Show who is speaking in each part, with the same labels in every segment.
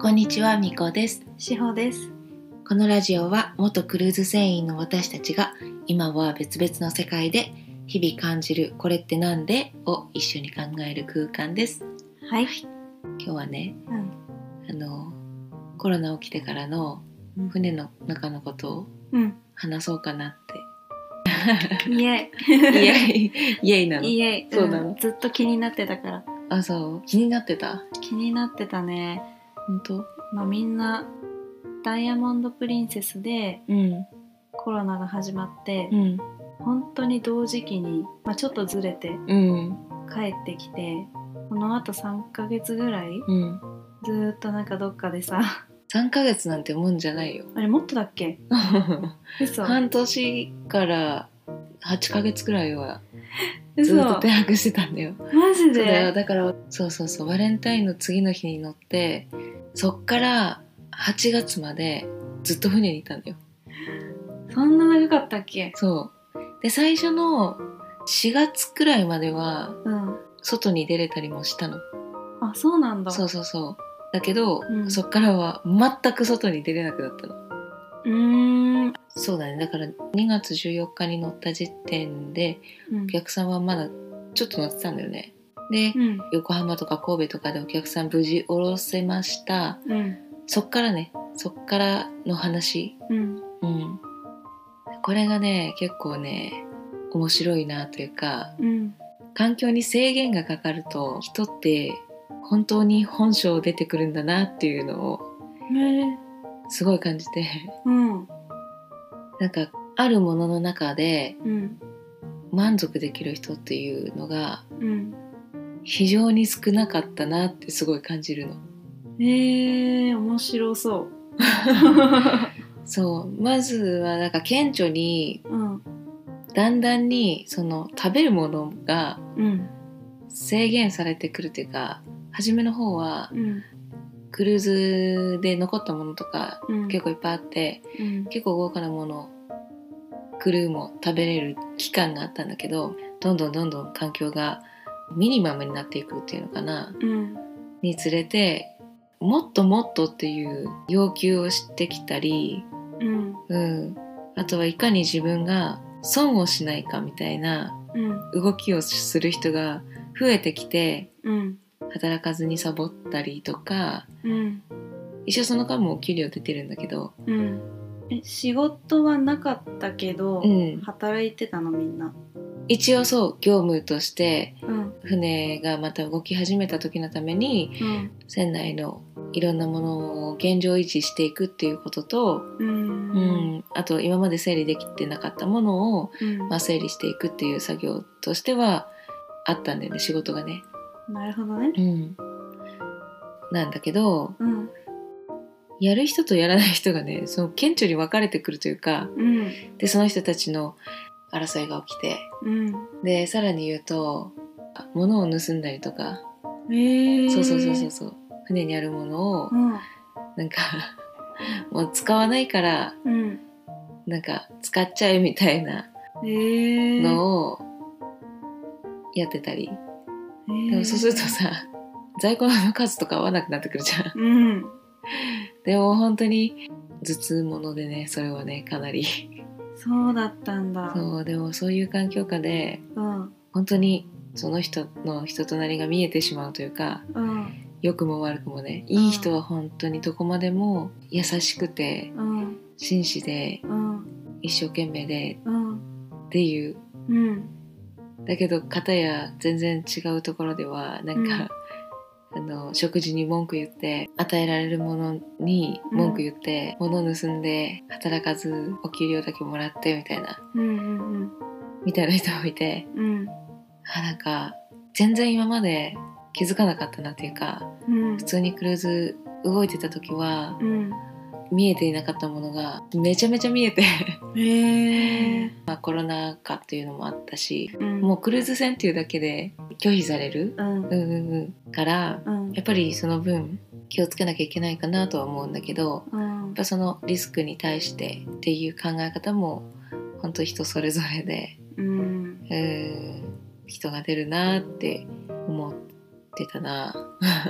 Speaker 1: こんにちは、みこです。
Speaker 2: しほです。
Speaker 1: このラジオは元クルーズ船員の私たちが今は別々の世界で日々感じるこれってなんでを一緒に考える空間です。
Speaker 2: はい。
Speaker 1: 今日はね、
Speaker 2: うん。
Speaker 1: あの、コロナ起きてからの
Speaker 2: うん
Speaker 1: 船の中のことを
Speaker 2: うん。
Speaker 1: 話そうかな
Speaker 2: イ エ
Speaker 1: って。イ
Speaker 2: イ。
Speaker 1: エイ、イエイなの。
Speaker 2: イエイ。
Speaker 1: そうなの
Speaker 2: んずっと気になってたから。
Speaker 1: あ、そう。気になってた
Speaker 2: 気になってたね。
Speaker 1: 本当
Speaker 2: まあみんな、ダイヤモンドプリンセスで
Speaker 1: うん。
Speaker 2: コロナが始まって
Speaker 1: う、ん。
Speaker 2: 本当に同時期に、まあちょっとずれて
Speaker 1: うん。
Speaker 2: 帰ってきて、この後3ヶ月ぐらい、
Speaker 1: うん。
Speaker 2: ずーっとなんかどっかでさ、
Speaker 1: 3ヶ月なんてもんじゃない よ。
Speaker 2: あれもっとだっけ嘘。
Speaker 1: 半年から8ヶ月くらいはずっと
Speaker 2: 嘘
Speaker 1: 停。泊してたんだよ。
Speaker 2: マジ
Speaker 1: そうだよ
Speaker 2: で
Speaker 1: だからそうそうそうバレンタインの次の日に乗ってそっから8月までずっと船にいたんだよ。
Speaker 2: そんな長かったっけ
Speaker 1: そうで最初の4月くらいまでは
Speaker 2: うん。
Speaker 1: 外に出れたりもしたの。
Speaker 2: あ、そうなんだ。
Speaker 1: そうそうそう。だけど、
Speaker 2: うん
Speaker 1: そっからは全く外に出れなくなったの。
Speaker 2: うーん。
Speaker 1: そうだね。だから2月14日に乗った時点で、
Speaker 2: うん
Speaker 1: お客さんはまだちょっと乗ってたんだよね。で、
Speaker 2: うん。
Speaker 1: 横浜とか神戸とかでお客さん無事降ろせました。
Speaker 2: うん。
Speaker 1: そっからね、そっからの話。
Speaker 2: うん。
Speaker 1: うん。これがね、結構ね、面白いなというか、
Speaker 2: うん。
Speaker 1: 環境に制限がかかると、人って本当に本性出てくるんだなっていうのを
Speaker 2: ね
Speaker 1: すごい感じて、
Speaker 2: うん。
Speaker 1: なんか、あるものの中で
Speaker 2: うん。
Speaker 1: 満足できる人っていうのが
Speaker 2: うん。
Speaker 1: 非常に少なかったなってすごい感じるの。
Speaker 2: ええー、面白そう。
Speaker 1: そう。まずはなんか顕著に
Speaker 2: うん。
Speaker 1: だんだんにその食べるものが
Speaker 2: うん。
Speaker 1: 制限されてくるというか初めの方は
Speaker 2: うん。
Speaker 1: クルーズで残ったものとか
Speaker 2: うん。
Speaker 1: 結構いっぱいあって
Speaker 2: うん。
Speaker 1: 結構豪華なものクルーも食べれる期間があったんだけどどんどんどんどん環境がミニマムになっていくっていうのかな
Speaker 2: うん。
Speaker 1: につれてもっともっとっていう要求をしてきたり、
Speaker 2: うん。
Speaker 1: うん、あとはいかに自分が損をしないかみたいな
Speaker 2: うん。
Speaker 1: 動きをする人が増えてきて
Speaker 2: うん。
Speaker 1: 働かずにサボったりとか
Speaker 2: うん。
Speaker 1: 一応その間もお給料出てるんだけど
Speaker 2: うん。え、仕事はなかったけど、
Speaker 1: うん
Speaker 2: 働いてたのみんな。
Speaker 1: 一応そう業務として
Speaker 2: うん。
Speaker 1: 船がまた動き始めた時のために
Speaker 2: うん。
Speaker 1: 船内のいろんなものを現状維持していくっていうことと、
Speaker 2: う。
Speaker 1: うんん、あと今まで整理できてなかったものを、
Speaker 2: うん
Speaker 1: まあ、整理していくっていう作業としてはあったんだよね仕事がね。
Speaker 2: なるほどね。
Speaker 1: うん、なんだけど
Speaker 2: うん。
Speaker 1: やる人とやらない人がねその顕著に分かれてくるというか
Speaker 2: うん。
Speaker 1: でその人たちの争いが起きて
Speaker 2: うん。
Speaker 1: でさらに言うとあ物を盗んだりとか、
Speaker 2: ええー。
Speaker 1: そうそうそうそうそう船にあるものを
Speaker 2: うん。
Speaker 1: なんか もう使わないから
Speaker 2: うん。
Speaker 1: なんか使っちゃえみたいな
Speaker 2: ええー。
Speaker 1: のをやってたり、
Speaker 2: えー
Speaker 1: でもそうするとさ在庫の数とか合わなくなってくるじゃん。
Speaker 2: うん。
Speaker 1: でも本当に頭痛ものでねそれはねかなり
Speaker 2: そうだったんだ。
Speaker 1: そうでもそういう環境下で
Speaker 2: うん。
Speaker 1: 本当にその人の人となりが見えてしまうというか
Speaker 2: うん。
Speaker 1: 良くも悪くもねいい人は本当にどこまでも優しくて
Speaker 2: うん。
Speaker 1: 紳士で
Speaker 2: うん。
Speaker 1: 一生懸命で
Speaker 2: うん。
Speaker 1: っていう
Speaker 2: うん、
Speaker 1: だけど片や全然違うところではなんか、あの食事に文句言って与えられるものに文句言って、物盗んで働かずお給料だけもらってみたいな
Speaker 2: うん、うん、
Speaker 1: みたいな人もいて
Speaker 2: うん、
Speaker 1: あなんか全然今まで気づかなかったなっていうか
Speaker 2: うん、
Speaker 1: 普通にクルーズ動いてた時は
Speaker 2: うん、
Speaker 1: 見えていなかったものがめちゃめちゃ見えて
Speaker 2: へえ、
Speaker 1: まあコロナ禍っていうのもあったし
Speaker 2: うん、
Speaker 1: もうクルーズ船っていうだけで拒否される、
Speaker 2: うん、うん
Speaker 1: う、んうんうん、から
Speaker 2: うん、
Speaker 1: やっぱりその分気をつけなきゃいけないかなとは思うんだけど
Speaker 2: うん
Speaker 1: やっ、ぱそのリスクに対してっていう考え方も本当人それぞれで
Speaker 2: うん、
Speaker 1: うーん人が出るなって思ってたな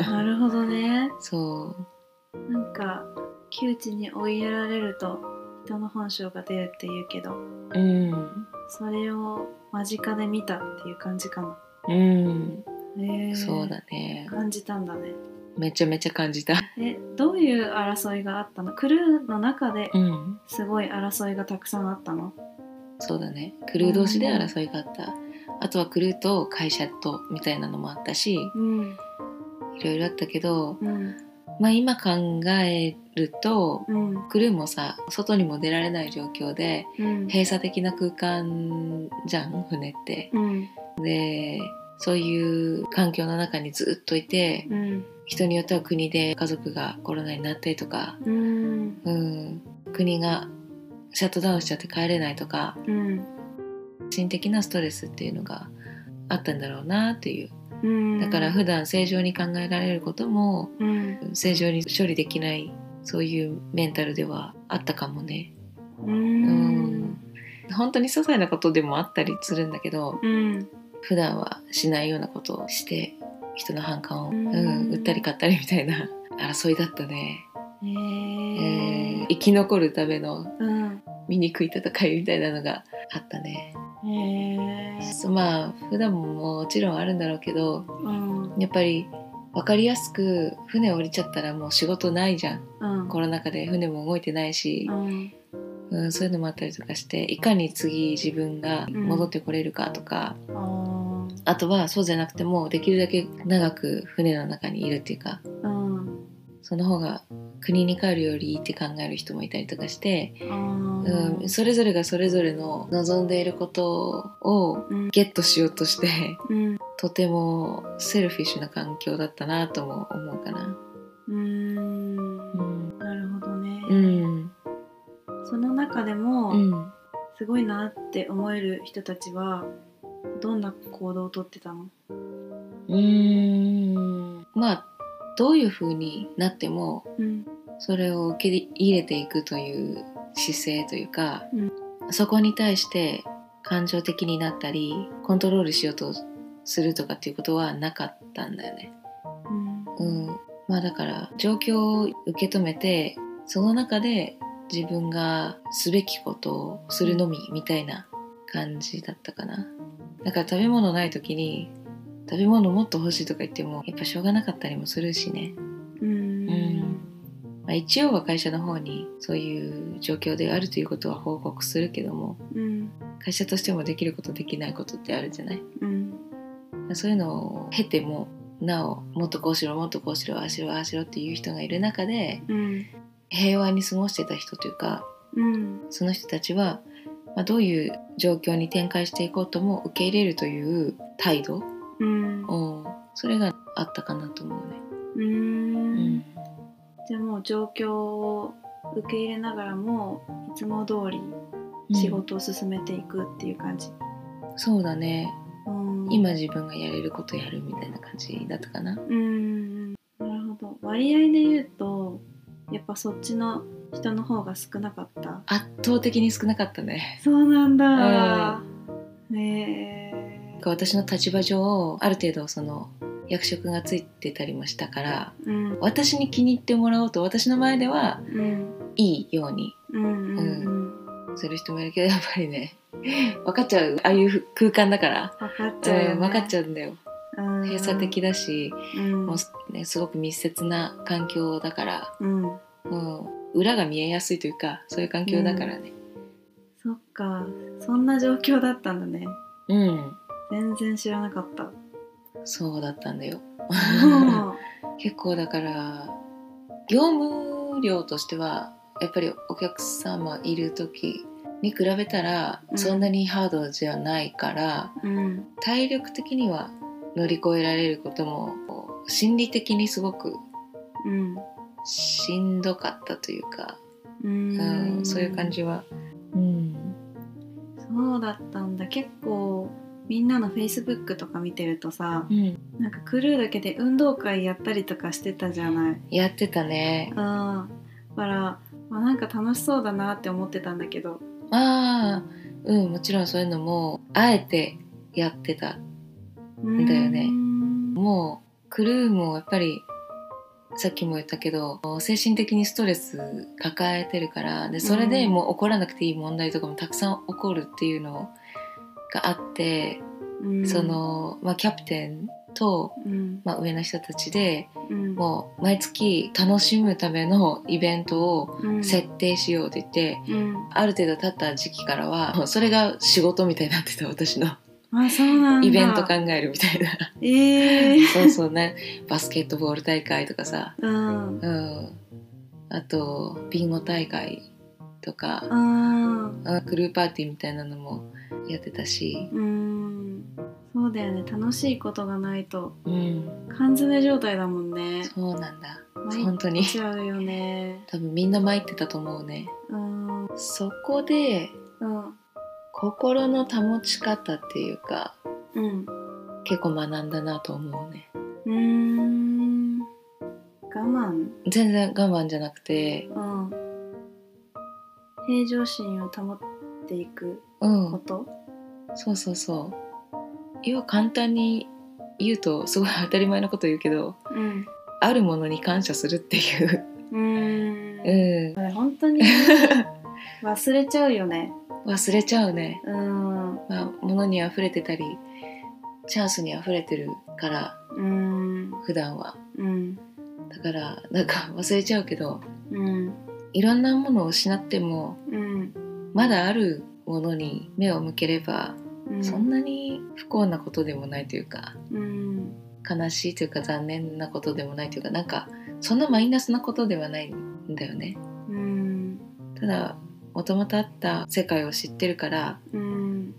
Speaker 2: なるほどね。
Speaker 1: そう
Speaker 2: なんか窮地に追いやられると人の本性が出るっていうけど
Speaker 1: うん
Speaker 2: それを間近で見たっていう感じかな
Speaker 1: うん、
Speaker 2: へー
Speaker 1: そうだね
Speaker 2: 感じたんだね
Speaker 1: めちゃめちゃ感じた
Speaker 2: えどういう争いがあったのクルーの中で
Speaker 1: うん
Speaker 2: すごい争いがたくさんあったの
Speaker 1: そうだねクルー同士で争いがあったあとはクルーと会社とみたいなのもあったし
Speaker 2: うん
Speaker 1: いろいろあったけど
Speaker 2: うん
Speaker 1: まあ今考えると
Speaker 2: うん
Speaker 1: クルーもさ外にも出られない状況で
Speaker 2: うん
Speaker 1: 閉鎖的な空間じゃん船って
Speaker 2: うん
Speaker 1: でそういう環境の中にずっといて
Speaker 2: うん
Speaker 1: 人によっては国で家族がコロナになったりとか、
Speaker 2: うん
Speaker 1: うん、国がシャットダウンしちゃって帰れないとか
Speaker 2: うん
Speaker 1: 精神的なストレスっていうのがあったんだろうなっていう
Speaker 2: うん
Speaker 1: だから普段正常に考えられることも
Speaker 2: うん
Speaker 1: 正常に処理できないそういうメンタルではあったかもねう
Speaker 2: う
Speaker 1: んん本当に些細なことでもあったりするんだけど
Speaker 2: うん
Speaker 1: 普段はしないようなことをして人の反感を、
Speaker 2: う
Speaker 1: うんん売ったり買ったりみたいな 争いだったね、え
Speaker 2: へ
Speaker 1: ー
Speaker 2: え
Speaker 1: 生き残るための
Speaker 2: うん
Speaker 1: 醜い戦いみたいなのがあったね
Speaker 2: へえ
Speaker 1: そうまあ普段ももちろんあるんだろうけど
Speaker 2: うん
Speaker 1: やっぱり分かりやすく船降りちゃったらもう仕事ないじゃん
Speaker 2: うん
Speaker 1: コロナ禍で船も動いてないし
Speaker 2: う、ん
Speaker 1: うん、そういうのもあったりとかしていかに次自分が戻ってこれるかとか、
Speaker 2: あ
Speaker 1: あとはそうじゃなくてもできるだけ長く船の中にいるっていうか
Speaker 2: ーうん
Speaker 1: その方が国に帰るよりいいって考える人もいたりとかして、
Speaker 2: あー
Speaker 1: うん、それぞれがそれぞれの望んでいることを
Speaker 2: うん
Speaker 1: ゲットしようとして
Speaker 2: うん
Speaker 1: とてもセルフィッシュな環境だったなとも思うかな。
Speaker 2: うー
Speaker 1: う
Speaker 2: ん
Speaker 1: ん
Speaker 2: なるほどね
Speaker 1: うん
Speaker 2: その中で
Speaker 1: う
Speaker 2: も
Speaker 1: ん
Speaker 2: すごいなって思える人たちはどんな行動をとってたの
Speaker 1: うーんまあどういう風になっても
Speaker 2: うん
Speaker 1: それを受け入れていくという姿勢というか、
Speaker 2: うん
Speaker 1: そこに対して感情的になったりコントロールしようとするとかっていうことはなかったんだよね。
Speaker 2: うん
Speaker 1: うん、まあだから状況を受け止めてその中で自分がすべきことをするのみみたいな感じだったかな。だから食べ物ない時に食べ物もっと欲しいとか言ってもやっぱしょうがなかったりもするしね。
Speaker 2: う
Speaker 1: うん
Speaker 2: ん
Speaker 1: まあ、一応は会社の方にそういう状況であるということは報告するけども
Speaker 2: うん
Speaker 1: 会社としてもできることできないことってあるじゃない
Speaker 2: うん
Speaker 1: そういうのを経てもなおもっとこうしろもっとこうしろああしろああしろっていう人がいる中で
Speaker 2: うん
Speaker 1: 平和に過ごしてた人というか
Speaker 2: うん
Speaker 1: その人たちは、まあ、どういう状況に展開していこうとも受け入れるという態度、
Speaker 2: うん
Speaker 1: うん、それがあったかなと思うね。
Speaker 2: う
Speaker 1: うんん
Speaker 2: じゃあもう状況を受け入れながらもいつも通り仕事を進めていくっていう感じ、
Speaker 1: そうだね
Speaker 2: うん、
Speaker 1: 今自分がやれることやるみたいな感じだったかな。
Speaker 2: うんなるほど割合で言うとやっぱそっちの人の方が少なかった
Speaker 1: 圧倒的に少なかったね。
Speaker 2: そうなんだねえ
Speaker 1: 私の立場上ある程度その役職がついてたりもしたから
Speaker 2: うん
Speaker 1: 私に気に入ってもらおうと私の前では
Speaker 2: うん
Speaker 1: いいように
Speaker 2: うんうん
Speaker 1: する人もいるけどやっぱりね 分かっちゃうああいう空間だから、
Speaker 2: 分かっち
Speaker 1: う
Speaker 2: ゃうよね、
Speaker 1: ん、分かっち
Speaker 2: ゃ
Speaker 1: ゃうんだよ
Speaker 2: うん
Speaker 1: 閉鎖的だし、
Speaker 2: うん
Speaker 1: もうね、すごく密接な環境だから、
Speaker 2: うん
Speaker 1: うん、裏が見えやすいというかそういう環境だからね。
Speaker 2: そっかそんな状況だったんだね
Speaker 1: うん、
Speaker 2: 全然知らなかった
Speaker 1: そうだったんだよ。
Speaker 2: うん
Speaker 1: 結構だから業務量としてはやっぱりお客様いる時に比べたら
Speaker 2: うん
Speaker 1: そんなにハードじゃないから、
Speaker 2: うん
Speaker 1: 体力的には乗り越えられることもこう心理的にすごく
Speaker 2: うん
Speaker 1: しんどかったというか、
Speaker 2: う
Speaker 1: うん
Speaker 2: ん
Speaker 1: そういう感じは、うん、
Speaker 2: そうだったんだ結構みんなの Facebook とか見てるとさなんかクルーだけで運動会やったりとかしてたじゃない
Speaker 1: やってたね
Speaker 2: うんだから、まあ、なんか楽しそうだなって思ってたんだけど
Speaker 1: ああうんもちろんそういうのもあえてやってた
Speaker 2: うん
Speaker 1: だよね
Speaker 2: うん
Speaker 1: もうクルーもやっぱりさっきも言ったけど精神的にストレス抱えてるからでそれでもう起こらなくていい問題とかもたくさん起こるっていうのがあって、
Speaker 2: うん
Speaker 1: そ、の、まあ、キャプテンと、
Speaker 2: うん
Speaker 1: まあ、上の人たちで
Speaker 2: うん、
Speaker 1: もう毎月楽しむためのイベントを
Speaker 2: うん、
Speaker 1: 設定しようって言って、
Speaker 2: うん、
Speaker 1: ある程度経った時期からはもうそれが仕事みたいになってた私の
Speaker 2: あそうなんだ
Speaker 1: イベント考えるみたいな
Speaker 2: ええ
Speaker 1: そうそうねバスケットボール大会とかさ
Speaker 2: うん
Speaker 1: うん、あとビンゴ大会とか、う
Speaker 2: あ
Speaker 1: んクルーパーティーみたいなのもやってたし
Speaker 2: ー、うんそうだよね楽しいことがないと
Speaker 1: うん、
Speaker 2: 缶詰状態だもんね
Speaker 1: そうなんだ
Speaker 2: 参
Speaker 1: 本
Speaker 2: っ
Speaker 1: 当に
Speaker 2: ちゃうよね
Speaker 1: 多分みんな参ってたと思うね
Speaker 2: うんうん
Speaker 1: そこで心の保ち方っていうか
Speaker 2: うん
Speaker 1: 結構学んだなと思うね
Speaker 2: うーん我慢
Speaker 1: 全然我慢じゃなくて
Speaker 2: うん平常心を保っていく
Speaker 1: う
Speaker 2: こ
Speaker 1: ん
Speaker 2: と
Speaker 1: そうそうそう要は簡単に言うとすごい当たり前のこと言うけど
Speaker 2: うん
Speaker 1: あるものに感謝するっていう、
Speaker 2: うー
Speaker 1: う
Speaker 2: ん
Speaker 1: ん、
Speaker 2: これ本 当に忘れちゃうよね
Speaker 1: 忘れちゃうね、
Speaker 2: うんう
Speaker 1: まあ、物に溢れてたりチャンスに溢れてるから
Speaker 2: ーん
Speaker 1: 普段は
Speaker 2: うん
Speaker 1: だからなんか忘れちゃうけど
Speaker 2: うん
Speaker 1: いろんなものを失っても
Speaker 2: うん
Speaker 1: まだあるものに目を向ければ、
Speaker 2: うん
Speaker 1: そんなに不幸なことでもないというか
Speaker 2: うん
Speaker 1: 悲しいというか残念なことでもないというかなんかそんなマイナスなことではないんだよね
Speaker 2: うん
Speaker 1: ただもともとあった世界を知ってるから
Speaker 2: うん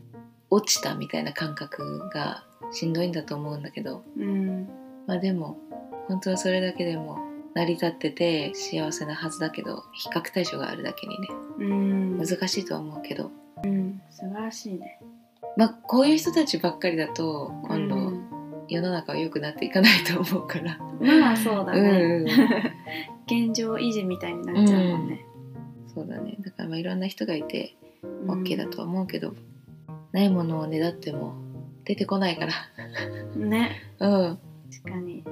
Speaker 1: 落ちたみたいな感覚がしんどいんだと思うんだけど
Speaker 2: うん
Speaker 1: まあでも本当はそれだけでも成り立ってて幸せなはずだけど比較対象があるだけにね
Speaker 2: うん
Speaker 1: 難しいとは思うけど、
Speaker 2: うん素晴らしいね
Speaker 1: まあ、こういう人たちばっかりだと今
Speaker 2: う
Speaker 1: 度
Speaker 2: ん
Speaker 1: 世の中は良くなっていかないと思うから、
Speaker 2: まあそうだ
Speaker 1: うん
Speaker 2: ね、
Speaker 1: うん
Speaker 2: 現状維持みたいになっちゃうもんね、
Speaker 1: そうだねだからまあいろんな人がいて
Speaker 2: うん
Speaker 1: OK だとは思うけど、ないものをねだっても出てこないから
Speaker 2: ね
Speaker 1: うん
Speaker 2: 確かに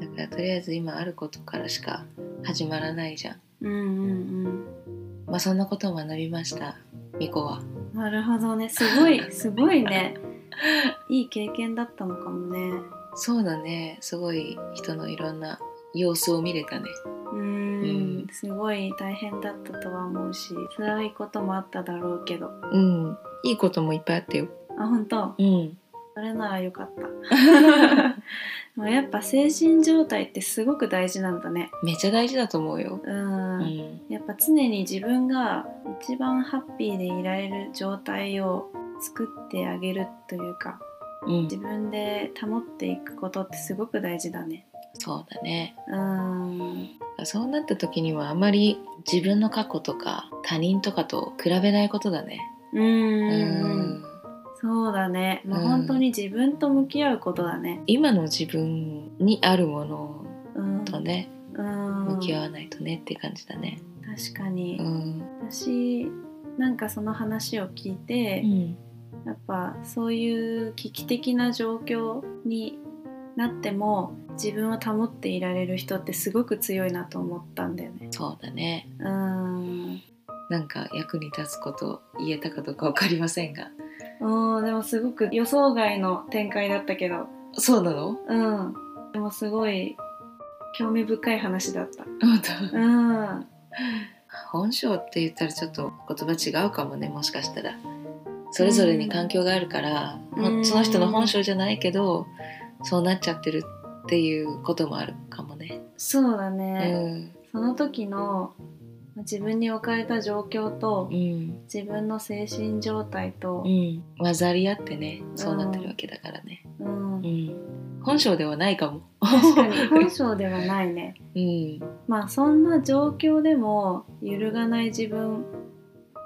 Speaker 1: だからとりあえず今あることからしか始まらないじゃん
Speaker 2: うんうん
Speaker 1: まあそんなことを学びましたミコは
Speaker 2: うんなるほどねす ごいすごいねいい経験だったのかもね
Speaker 1: そうだねすごい人のいろんな様子を見れたね
Speaker 2: うん
Speaker 1: うん
Speaker 2: すごい大変だったとは思うし辛いこともあっただろうけど
Speaker 1: うんいいこともいっぱいあったよ
Speaker 2: あ本当
Speaker 1: うん
Speaker 2: それならよかった まあやっぱ精神状態ってすごく大事なんだね
Speaker 1: めっちゃ大事だと思うよ
Speaker 2: うん、
Speaker 1: うん
Speaker 2: やっぱ常に自分が一番ハッピーでいられる状態を作ってあげるというか
Speaker 1: うん
Speaker 2: 自分で保っていくことってすごく大事だね
Speaker 1: そうだね
Speaker 2: うん
Speaker 1: そうなった時にはあまり自分の過去とか他人とかと比べないことだね
Speaker 2: うん
Speaker 1: うん
Speaker 2: そうだねもう
Speaker 1: うん
Speaker 2: 本当に自分と向き合うことだね
Speaker 1: 今の自分にあるもの
Speaker 2: うん
Speaker 1: とね
Speaker 2: うん
Speaker 1: 向き合わないとねって感じだね
Speaker 2: 確かに、
Speaker 1: うん
Speaker 2: 私なんかその話を聞いて、
Speaker 1: うん
Speaker 2: やっぱそういう危機的な状況になっても自分を保っていられる人ってすごく強いなと思ったんだよね。
Speaker 1: そうだね
Speaker 2: うーん
Speaker 1: なんか役に立つこと言えたかどうか分かりませんが
Speaker 2: おーでもすごく予想外の展開だったけど
Speaker 1: そうなの
Speaker 2: うんでもすごい興味深い話だった。
Speaker 1: 本
Speaker 2: う
Speaker 1: 当
Speaker 2: ん
Speaker 1: 本性って言ったらちょっと言葉違うかもねもしかしたらそれぞれに環境があるから、
Speaker 2: うん
Speaker 1: ほんその人の本性じゃないけどそうなっちゃってるっていうこともあるかもね、
Speaker 2: そうだ
Speaker 1: う
Speaker 2: ね、
Speaker 1: ん
Speaker 2: その時の自分に置かれた状況と
Speaker 1: うん
Speaker 2: 自分の精神状態と
Speaker 1: う、ん、混ざり合ってねそうなってるわけだからね、
Speaker 2: うん
Speaker 1: うん、本性ではないかも
Speaker 2: 確かに本性ではないね。
Speaker 1: うん、
Speaker 2: まあそんな状況でも揺るがない自分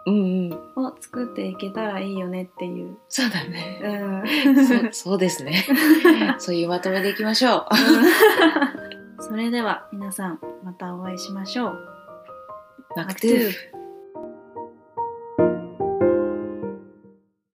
Speaker 1: うんうん
Speaker 2: を作っていけたらいいよねっていう。
Speaker 1: そうだ
Speaker 2: う
Speaker 1: ね
Speaker 2: ん、
Speaker 1: そうそうですね そういうまとめでいきましょう
Speaker 2: それでは皆さんまたお会いしましょう。
Speaker 1: マクトゥー
Speaker 2: Maktuf